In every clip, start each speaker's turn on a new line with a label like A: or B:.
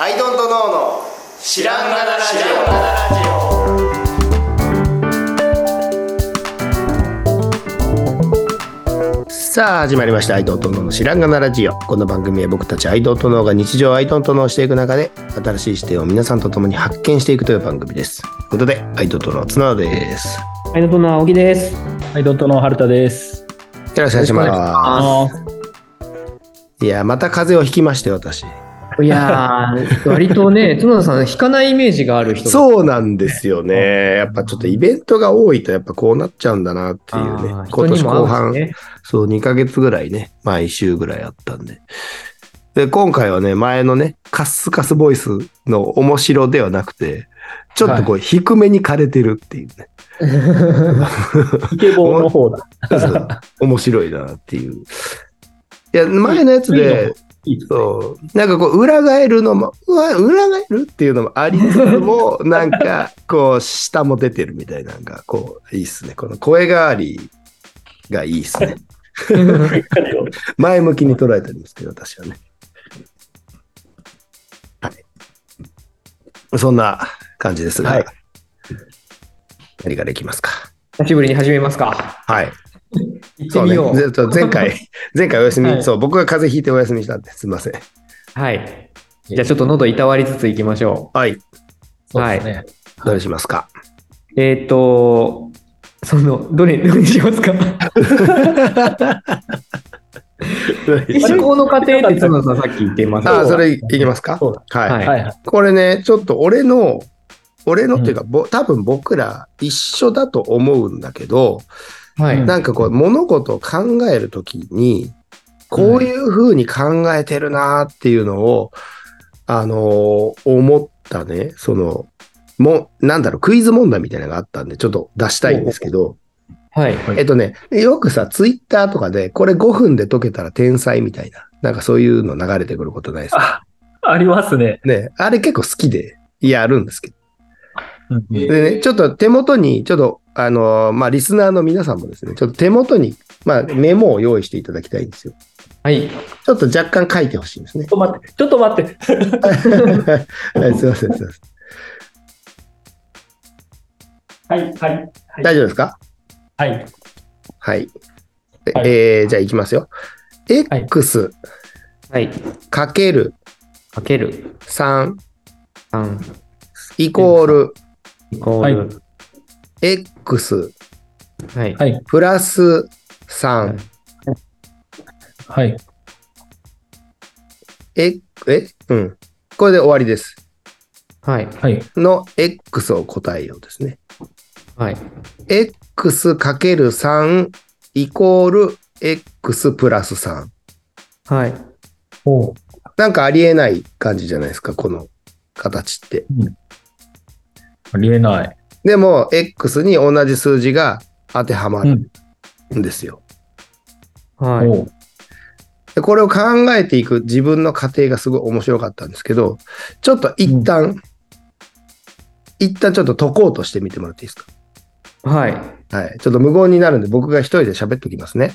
A: アイドントノーの知らんがなラジオさあ始まりました「アイドントノーの知らんがなラジオ」この番組は僕たちアイドントノーが日常をアイドントノーしていく中で新しい視点を皆さんと共に発見していくという番組ですということでアイドントノー綱田です
B: アイドルの青木です。
C: はい、ドットの春田です。
A: よろしくお願いし
C: よろしくお
A: ま
B: あ
A: すいやまた風邪をひきまして私
B: いやー、割とね、 角田さん、引かないイメージがある人う
A: そうなんですよね。やっぱちょっとイベントが多いとやっぱこうなっちゃうんだなっていうね。今年後半、
B: ね、
A: そう2ヶ月ぐらいね、毎週ぐらいあったんで。で、今回はね、前のね、カッスカスボイスの面白ではなくて、ちょっとこう低めに枯れてるっていうね。
C: イケボーの方だ。
A: そう 面白いなっていう。いや、前のやつで、
C: いい
A: そう。なんかこう、裏返るのも、うわ、裏返るっていうのもありつつ も、なんか、こう、下も出てるみたいなのが、こう、いいっすね。この声変わりがいいっす ね。前向きに捉えてるんですけど、私はね。はい。そんな感じですが、
C: はい
A: 何からいきますか。
B: 久しぶりに始めますか。
A: はい。
B: 行って
A: そう
B: み
A: ね
B: よう。。
A: ずっと前 回、前回お休み、
B: はい
A: そう、僕が風邪ひいてお休みしたんで、すいません。
B: はい。じゃあ、ちょっと喉いたわりつつ行きましょ
A: はい。
C: そうですね。
A: どうしますか。
B: う。えーっ、と、その、どれ、どれにし ますか思考の過程って角田さん、さっき言ってます
A: ああ、それいきますか。
C: そう
A: はい、
B: はい
C: はいはい。
A: これね、ちょっと俺の、俺のっていうか、ぼ多分僕ら一緒だと思うんだけど、
B: はい。
C: うん
A: なんかこう、物事を考えるときに、こういう風に考えてるなーっていうのを、あのー思ったね、その、もう、なんだろう、クイズ問題みたいなのがあったんで、ちょっと出したいんですけど、
B: はい。
A: えっとね、よくさ、ツイッターとかで、これ5分で解けたら天才みたいな、なんかそういうの流れてくることないですか
C: あ、ありますね。
A: ね、あれ結構好きでやるんですけど。
C: うん
A: でね、ちょっと手元に、ちょっと、あのーまあ、リスナーの皆さんもですね、ちょっと手元に、まあ、メモを用意していただきたいんですよ。
B: はい。
A: ちょっと若干書いてほしいんですね
C: ちょっ。と待って、ちょっと待って。
A: はい、すいません、すいませ
C: はい、はい、
A: ん。大丈夫ですか
C: はい。
A: はい。で
C: はい
A: えーじゃあ行きますよ。
B: い
A: x
B: はい。
A: かける
B: かける
A: 3
B: 3
A: イコール
B: イコール。
A: x
B: はい。
C: はい
A: プラス3、
C: はい。
A: え、え、うん。これで終わりです。
B: はい。
C: はい。
A: の x を答えようですね。
B: はい。
A: x×3 イコール x プラス3。
B: はい。
C: おう
A: なんかありえない感じじゃないですか、この形って。
C: ありえない。
A: でも、x に同じ数字が当てはまるんですよ。
B: はい。
C: おう
A: でこれを考えていく自分の過程がすごい面白かったんですけど、ちょっと一旦、一旦ちょっと解こうとしてみてもらっていいです
B: はい。
A: か。はい。ちょっと無言になるんで、僕が一人で喋っときますね。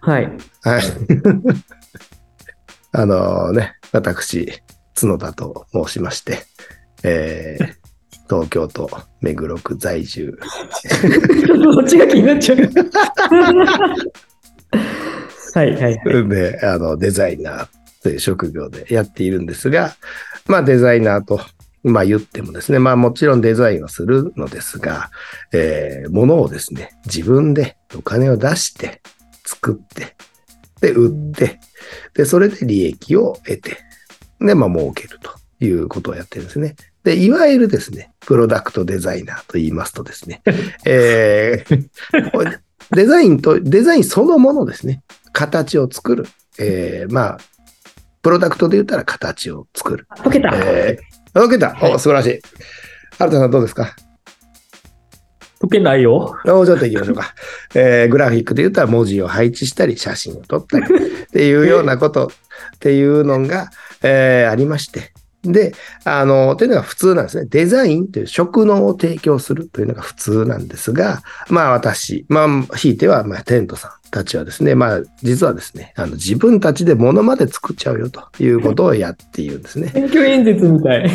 B: はい。
A: はい。 あのね、私、角田と申しまして、えー、東京都目黒区在住。
B: ちょっとそっちが気になっちゃう。はいはいはい。
A: で、あの、デザイナーという職業でやっているんですが、まあデザイナーと、まあ言ってもですね、まあもちろんデザインはするのですが、えー、物をですね、自分でお金を出して、作って、で、売って、で、それで利益を得て、で、まあ儲けるということをやってるんですね。で、いわゆるですね、プロダクトデザイナーと言いますとです ね、えー、デザインと、デザインそのものですね。形を作る、えーまあ、プロダクトで言ったら形を作る。
B: 解けた。
A: えー、解けた、お素晴らしい。新田さんどうですか
C: 解けないよ。
A: もうちょっといきましょうか、えーグラフィックで言ったら文字を配置したり、写真を撮ったりっていうようなことっていうのが、えーありまして。で、あの、というのが普通なんですね。デザインという職能を提供するというのが普通なんですが、まあ私、まあ、ひいては、まあ、テントさんたちはですね、まあ、実はですね、あの自分たちで物まで作っちゃうよということをやっているんですね。
B: 選挙演説みたい。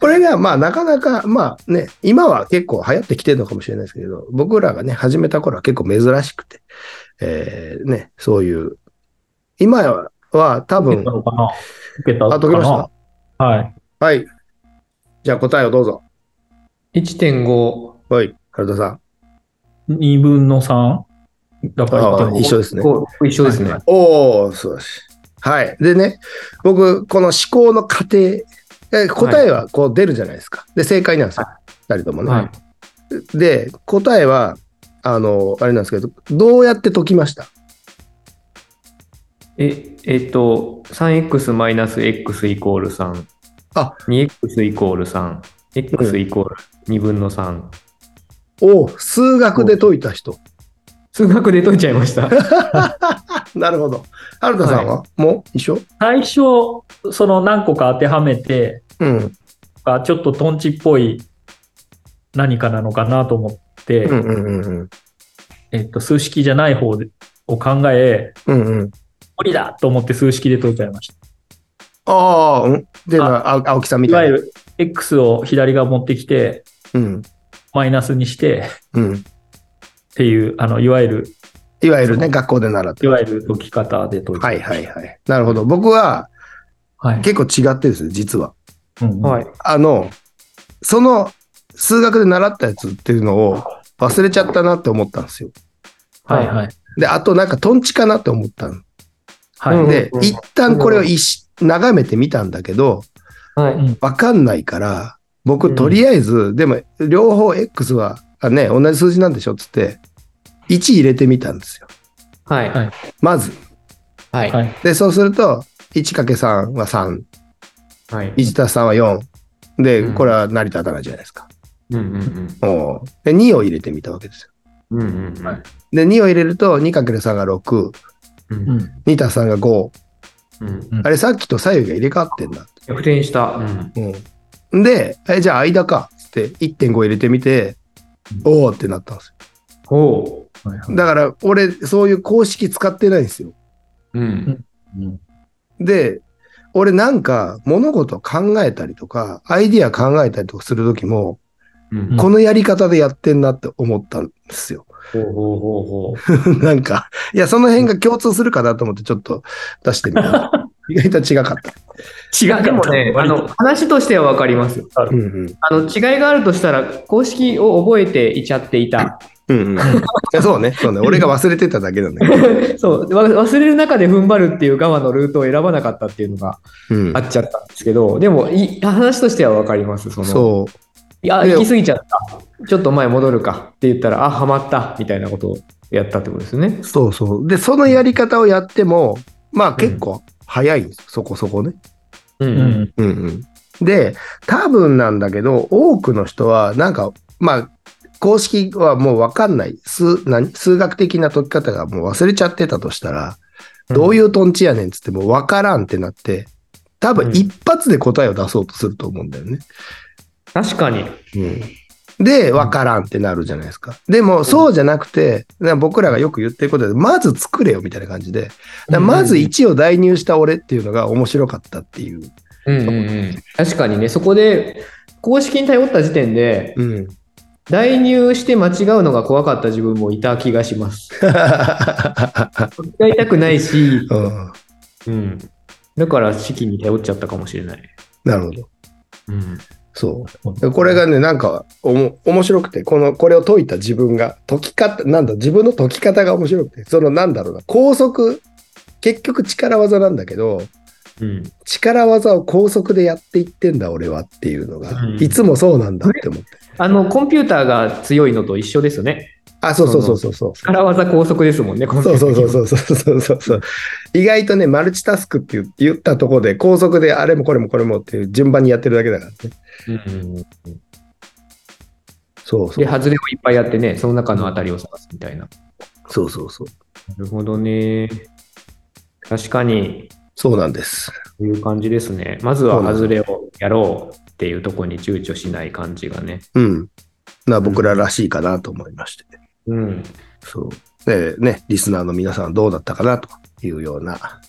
A: これが、まあ、なかなか、まあね、今は結構流行ってきてるのかもしれないですけど、僕らがね、始めた頃は結構珍しくて、えーね、そういう、今は多
C: 解け
A: 分
C: た、のかな解けたのかな
A: あ、解けまし
C: はい。
A: たはい。じゃあ答えをどうぞ。
B: 1.5。
A: はい。原田さん。
C: 2分の3だから
A: あ
C: 1.5
A: 一緒ですね。
B: こう一緒ですね。
A: おお、そうです。はい。でね、僕、この思考の過程、え答えはこう出るじゃないですか。で、正解なんですよ。二人ともね。
B: はい。
A: で、答えは、あの、あれなんですけど、どうやって解きました
B: え、えっと、3x マイナス x イコール3。
A: あ
B: 2x イコール3。x イコール2分の3。
A: おー数学で解いた人。
B: 数学で解いちゃいました。
A: なるほど。原田さんは、もう一緒
C: 最初、その何個か当てはめて、
A: うん。
C: あちょっとトンチっぽい何かなのかなと思って、
A: うんうんうんうん。
C: えっと、数式じゃない方でを考え、
A: うんうん。
C: 無理だと思って数式で解いちゃいました。
A: ああ、うん。で、あ青青木さんみ
C: い
A: た
C: わ
A: い
C: ゆ
A: な。
C: る X を左側持ってきて、
A: うん。
C: マイナスにして
A: うん。
C: っていう、あの、いわゆる、
A: いわゆるね、学校で習って
C: い
A: る。
C: わゆる解き方で解いて
A: はいはいはい。なるほど。僕は
C: はい。
A: 結構違ってですね、実は。
C: うん
B: はい。
A: あの、その数学で習ったやつっていうのを忘れちゃったなって思ったんですよ。
C: はいはい。
A: で、あとなんかトンチかなって思ったん
C: はい。
B: うん
A: で、一旦これをいし眺めてみたんだけど、
B: は
C: うん
B: い。
A: わかんないから、
B: う
A: 僕
B: ん
A: とりあえず、でも両方 X はあね、同じ数字なんでしょっつって、1入れてみたんですよ。
B: はい。
C: はい
A: まず。
B: はい。
C: はい
A: で、そうすると、1×3 は3、
B: はい。
A: 1 3は4。で、
B: うん
A: これは成り立たないじゃないですか。
B: うんうん
A: おうで、2を入れてみたわけですよ。
B: うん。うんうん。
C: はい
A: で、2を入れると 2×3 が6、
B: う
C: うんん
A: 2たす3が5。
B: うん。
A: あれ、さっきと左右が入れ替わってんだ。
B: 逆転した。うん。
A: うん。で、え、じゃあ間か。つって1.5入れてみて、おおってなったんです
B: おう。
C: はいは
A: よ。
C: い
A: だから、俺、そういう公式使ってないんですよ。
B: うん。
C: うん
A: で、俺なんか物事を考えたりとか、アイディア考えたりとかするときも、
B: うん。
A: このやり方でやってんなって思ったんですよ。
B: ほうほうほうほう。
A: なんか、いや、その辺が共通するかなと思ってちょっと出してみた。 意外と違かった。
C: 違うか
B: でもね、あの、話としては分かりますよ。
A: うんうん。
B: あの、違いがあるとしたら、公式を覚えていちゃっていた。
A: うん うん、いやそうね、そうね。俺が忘れてただけなんだけど。
B: そう、わ忘れる中で踏ん張るっていう我慢のルートを選ばなかったっていうのが
A: うん
B: あ、っちゃったんですけど、でも、い話としては分かります。その
A: そ
B: いや、
A: で
B: 行き過ぎちゃった。ちょっと前戻るかって言ったら、あ、はまった。みたいなことをやったってことですよね
A: う、。そうそう。で、そのやり方をやっても、まあ結構早いんです、そこそこね。
B: う。
C: うんん
A: うんうん。で、多分なんだけど、多くの人は、なんか、まあ、公式はもうわかんない。数、何数学的な解き方がもう忘れちゃってたとしたら、どういううトンチやねんっつってもうわからんってなって、多
B: う
A: 分
B: ん
A: 一発で答えを出そうとすると思うんだよね。
B: 確かに。
A: で、わからんってなるじゃないですか。でも、そうじゃなくて、な僕らがよく言ってることで、まず作れよみたいな感じで、だからまず1を代入した俺っていうのが面白かったっていう。
B: うんうんうん。確かにね、そこで、公式に頼った時点で、
A: うん。
B: 代入して間違うのが怖かった自分もいた気がします。使いたくないし、
A: うん
B: うん、だから式に頼っちゃったかもしれない。
A: なるほど。
B: うん、
A: そう。でこれがね、なんかおも、面白くて、この、これを解いた自分が、解き方、なんだ、自分の解き方が面白くて、その、なんだろうな、高速、結局力技なんだけど、
B: うん、
A: 力技を高速でやっていってんだ、俺はっていうのが、
C: うん
A: いつもそうなんだって思って。
B: あのコンピューターが強いのと一緒ですよね。
A: あ、そうそうそうそうそう。
B: 力技高速ですもんね、コンピ
A: そ
B: ュ
A: う
B: ータ
A: そ
B: ー
A: うそうそうそうそうそう。意外とね、マルチタスクって言って言ったところで、高速であれもこれもこれもっていう順番にやってるだけだからね。
B: うんうん
A: そうそ
B: で、
A: う。
B: 外れをいっぱいやってね、その中の当たりを探すみたいな。
A: そうそうそう。
B: なるほどね。確かに、
A: そうなんです。
B: そういう感じですね。まずは外れをやろうっていうところに躊躇しない感じがね。
A: うん。な僕ららしいかなと思いまして。
B: うん。
A: そう。で、ね、リスナーの皆さんどうだったかなというような、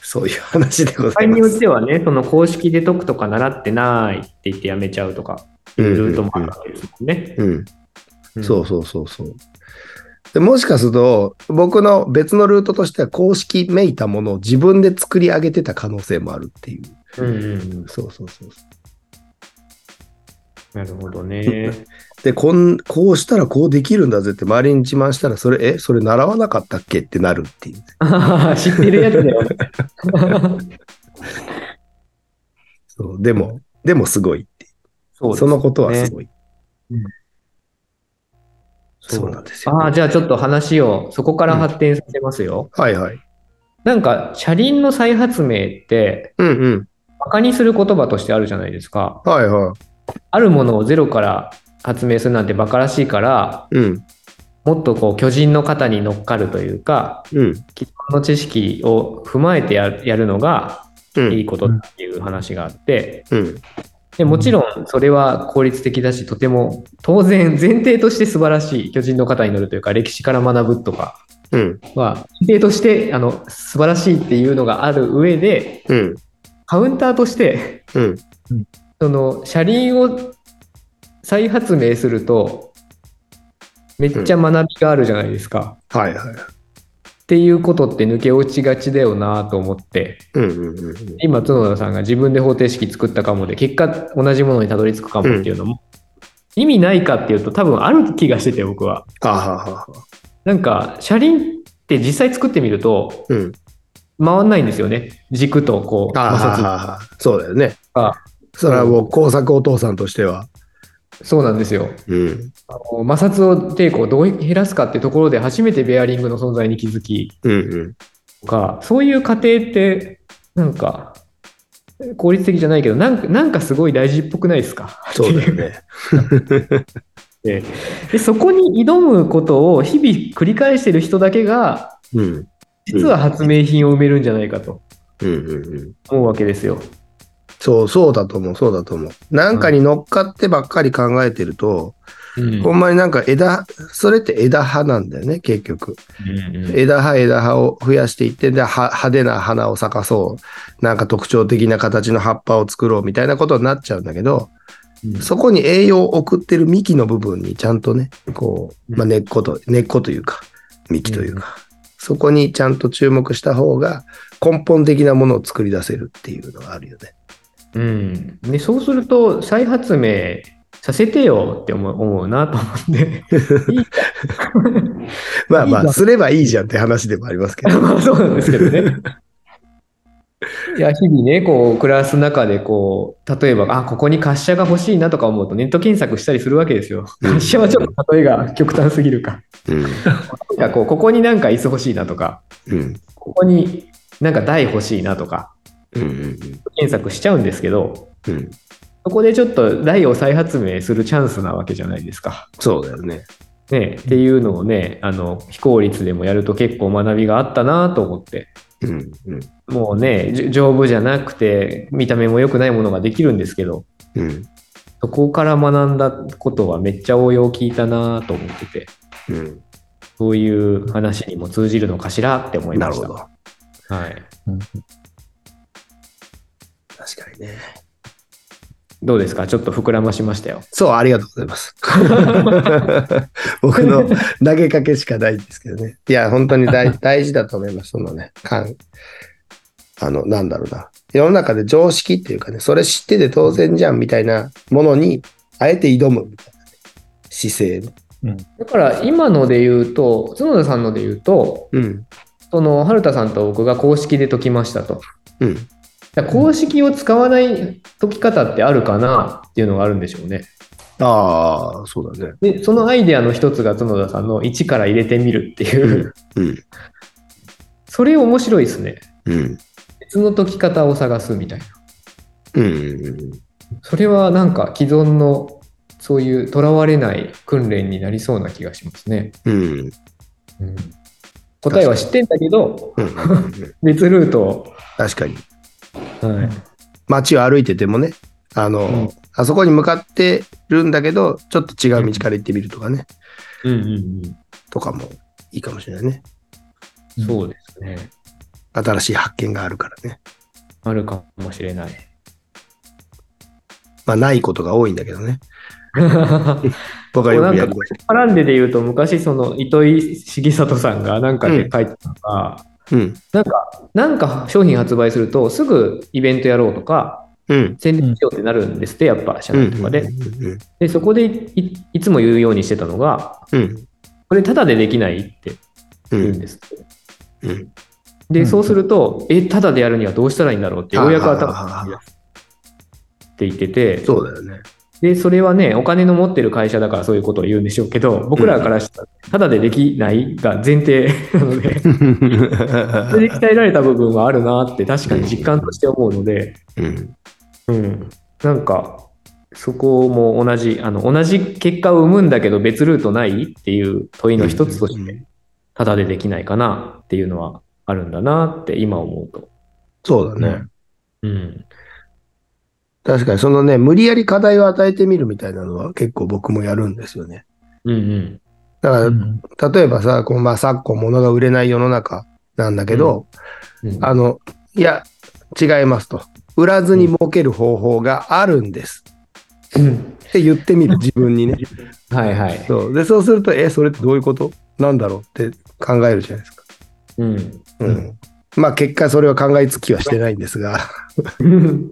A: そういう話でござ
B: 場合
A: い
B: に
A: ま
B: よ
A: す
B: っ。てはね、その公式で解くとか習ってないって言ってやめちゃうとか、
A: うんうんうん
B: ルートもあるわけですもんね。
A: うん。
B: うん
A: そうそうそうそう。でもしかすると、僕の別のルートとしては公式めいたものを自分で作り上げてた可能性もあるっていう。
B: うんうんうん
A: そうそうそうそう。
B: なるほどね。
A: で、こん、こうしたらこうできるんだぜって周りに自慢したら、それ、え、それ習わなかったっけってなるっていう。
B: 知ってるやつだよ。
A: そうでも、でもすごいって
B: そ
A: そのことはすごい。
C: うん
A: そうなんですよ。
B: ああ、じゃあちょっと話をそこから発展させますよ。
A: はいはい。
B: なんか、車輪の再発明って、
A: うんうん。
B: バカにする言葉としてあるじゃないですか。
A: はいは
B: あるものをゼロから発明するなんてバカらしいから、
A: い。うん。
B: もっとこう巨人の肩に乗っかるというか、
A: うん。
B: 既存の知識を踏まえてやるやるのが
A: う
B: い
A: ん。
B: いことっていう話があって、
A: うん。
B: でもちろんそれは効率的だし、とても当然前提として素晴らしい巨人の肩に乗るというか、歴史から学ぶとか、
A: うん。
B: まあ、前提としてあの素晴らしいっていうのがある上で
A: うん。
B: カウンターとして
A: うん。
B: その車輪を再発明するとめっちゃ学びがあるじゃないですか、っ
A: はいはい。
B: ていうことって抜け落ちがちだよなと思って
A: うんうんうんうん。
B: 今角田さんが自分で方程式作ったかもで結果同じものにたどり着くかもっていうのも、意味ないかっていうと多分ある気がしてて僕は
A: あははは。
B: なんか車輪って実際作ってみると
A: うん。
B: 回んないんですよね軸とこう
A: あ
B: 摩
A: は
B: 擦
A: はは。そうだよね。
B: あ
A: それはもう工作お父さんとしては。
B: そうなんですよ。
A: うん。
B: あの摩擦を抵抗をどう減らすかってところで初めてベアリングの存在に気づき
A: うんうん。
B: とか、そういう過程ってなんか効率的じゃないけど、なんかなんかすごい大事っぽくないですか
A: そうだよね。
B: ででそこに挑むことを日々繰り返してる人だけが、
A: うん。
B: 実は発明品を埋めるんじゃないかと
A: うんうんうん。
B: 思うわけですよ。
A: そう、そうだと思う、そうだと思う。なんかに乗っかってばっかり考えてると、
B: うん
A: ほんまになんか枝、それって枝葉なんだよね、結局。
B: うん
A: 枝葉、枝葉を増やしていって、で、は派手な花を咲かそう。なんか特徴的な形の葉っぱを作ろうみたいなことになっちゃうんだけど、
B: うん
A: そこに栄養を送ってる幹の部分にちゃんとね、こう、まあ、
B: うん
A: 根っこと、根っこというか、幹というか、そこにちゃんと注目した方が根本的なものを作り出せるっていうのがあるよね。
B: うん、でそうすると再発明させてよって思う思うなと思って。いい
A: まあ
B: いいじ
A: ま
B: ゃ
A: あ、
B: ん
A: すればいいじゃんって話でもありますけど。
B: まあそうなんですけどね。いや日々ねこう暮らす中でこう例えばあここに滑車が欲しいなとか思うとネット検索したりするわけですよ。
A: うん
B: 滑車はちょっと例えが極端すぎるか。
A: うん。
B: なんかこうここになんか椅子欲しいなとか
A: うん。
B: ここになんか台欲しいなとか
A: うん。
B: 検索しちゃうんですけど
A: うん。
B: そこでちょっと台を再発明するチャンスなわけじゃないですか。
A: そうだよね。
B: ね、っていうのをねあの非効率でもやると結構学びがあったなと思って。
A: うん。うん。
B: もうね、じょ丈夫じゃなくて、見た目も良くないものができるんですけど、
A: うん。
B: そこから学んだことはめっちゃ応用効いたなと思ってて、
A: うん。
B: そういう話にも通じるのかしらって思い
A: な
B: ま
A: る
B: し
A: ほ
B: た。
A: ど。
B: はい。
A: 確かにね。
B: どうですかちょっと膨らましましたよ。
A: そう、ありがとうございます。 僕の投げかけしかないんですけどね。いや、本当に 大大事だと思います。そのね、感、あの、なんだろうな。世の中で常識っていうかね、それ知ってて当然じゃんみたいなものに、あえて挑むみたいなね、姿勢ね。
B: だから今ので言うと、角田さんので言うと、
A: うん。
B: その、春田さんと僕が公式で解きましたと。
A: うん。
B: だから公式を使わない解き方ってあるかなっていうのがあるんでしょうね。
A: ああ、そうだね。
B: で、そのアイデアの一つが角田さんの1から入れてみるっていう、
A: うん。
B: それ面白いですね。
A: うん。
B: 別の解き方を探すみたいな。
A: うん。
B: それはなんか既存のそういうとらわれない訓練になりそうな気がしますね。
A: うん。
B: うん、答えは知ってんだけど、
A: うん
B: 別ルートを。
A: 確かに。
B: はい
A: 街を歩いててもね、あの、
B: うん
A: あそこに向かってるんだけど、ちょっと違う道から行ってみるとかね。
B: うんうん
A: とかもいいかもしれないね。
B: うん。そうですね。
A: 新しい発見があるからね。
B: あるかもしれない。
A: まあ、ないことが多いんだけどね。
B: 絡
A: 僕はよ
B: もう
A: く
B: な
A: や
B: ん
A: り
B: か
A: ました。
B: んでで言うと、昔、その糸井重里さんがなんかで書いてたのが、
A: うん。
B: なんか商品発売すると、すぐイベントやろうとか、
A: うん。
B: 宣伝しようってなるんですって、やっぱ社
A: う
B: 内
A: ん。
B: とかで。
A: うん。
B: で、そこでいいいつも言うようにしてたのが、
A: うん。
B: これ、ただでできないって
A: う
B: 言うん
A: ん。
B: ですって。
A: うん。
C: う
B: で、
C: ん
B: そうすると、え、ただでやるにはどうしたらいいんだろうって、ようやく頭がやって言ってて、
A: そうだよね。
B: で、それはね、お金の持ってる会社だからそういうことを言うんでしょうけど、僕らからしたら、ただでできないが前提 なので、 それで鍛えられた部分はあるなって、確かに実感として思うので、
A: うん。
B: うん、なんか、そこも同じ、あの、同じ結果を生むんだけど、別ルートないっていう問いの一つとして、ただでできないかなっていうのはあるんだなって、今思うと。
A: そうだね。
B: うん。
A: 確かに、そのね、無理やり課題を与えてみるみたいなのは結構僕もやるんですよね。
B: うんうん。
A: だから、
C: うん
A: 例えばさ、こうまあ、昨今物が売れない世の中なんだけど、
B: うん
A: あの、いや、違いますと。売らずに儲ける方法があるんです。
B: うん
A: って言ってみる、自分にね。
B: はいはい。
A: そう。で、そうすると、え、それってどういうことなんだろうって考えるじゃないですか。
B: うん。
A: う。
C: うん
A: まあ、結果、それは考えつきはしてないんですが、
B: うん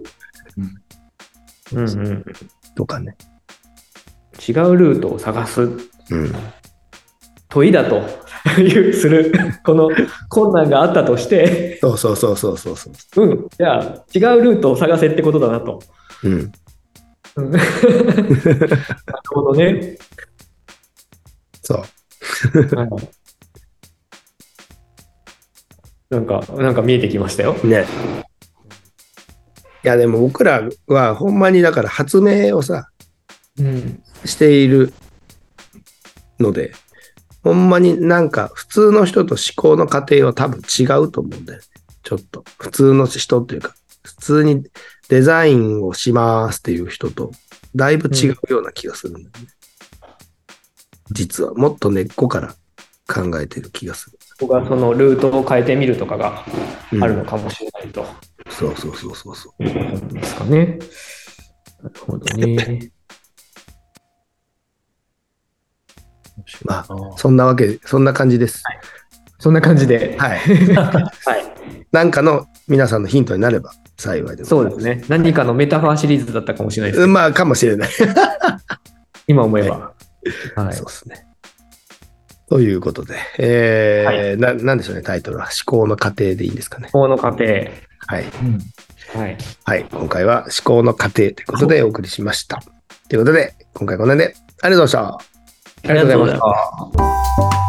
B: うん、
A: とかね。
B: 違うルートを探す
A: うん。
B: 問いだというする この困難があったとして
A: そうそうそうそうそうそ
B: うんじゃあ違うルートを探せってことだなと。
A: う。うん。
B: うん なるほどね。
A: そう。
B: はいなんかなんか見えてきましたよ。
A: ね。いやでも僕らはほんまにだから発明をさ
B: うん
A: しているのでほんまになんか普通の人と思考の過程は多分違うと思うんだよねちょっと普通の人っていうか普通にデザインをしますっていう人とだいぶ違うような気がするんだよね、実はもっと根っこから考えてる気がする、
B: ここがそのルートを変えてみるとかが
A: うん
B: あるのかもしれないと。
A: そうそうそうそうそう
B: ですかね。なるほど ね。
A: まそんなわけそんな感じです
B: そんな感じで。
A: はい
B: はい。
A: なんかの皆さんのヒントになれば幸いでござい
B: そう
A: ま
B: ですね。何かのメタファーシリーズだったかもしれないです
A: う
B: け
A: ん
B: ど。
A: まあ、かもしれない。
B: 今思えば。はい
A: そう。ですね。ということで、えーな、なんでしょうね、タイトルは。思考の過程でいいんですかね。
B: 法の過
A: は
B: 程。
A: い。
C: うん
B: はい。
A: はい。今回は思考の過程ということでお送りしました。ということで、今回この辺で、ありがとうございました。
B: ありがとうございました。
C: あ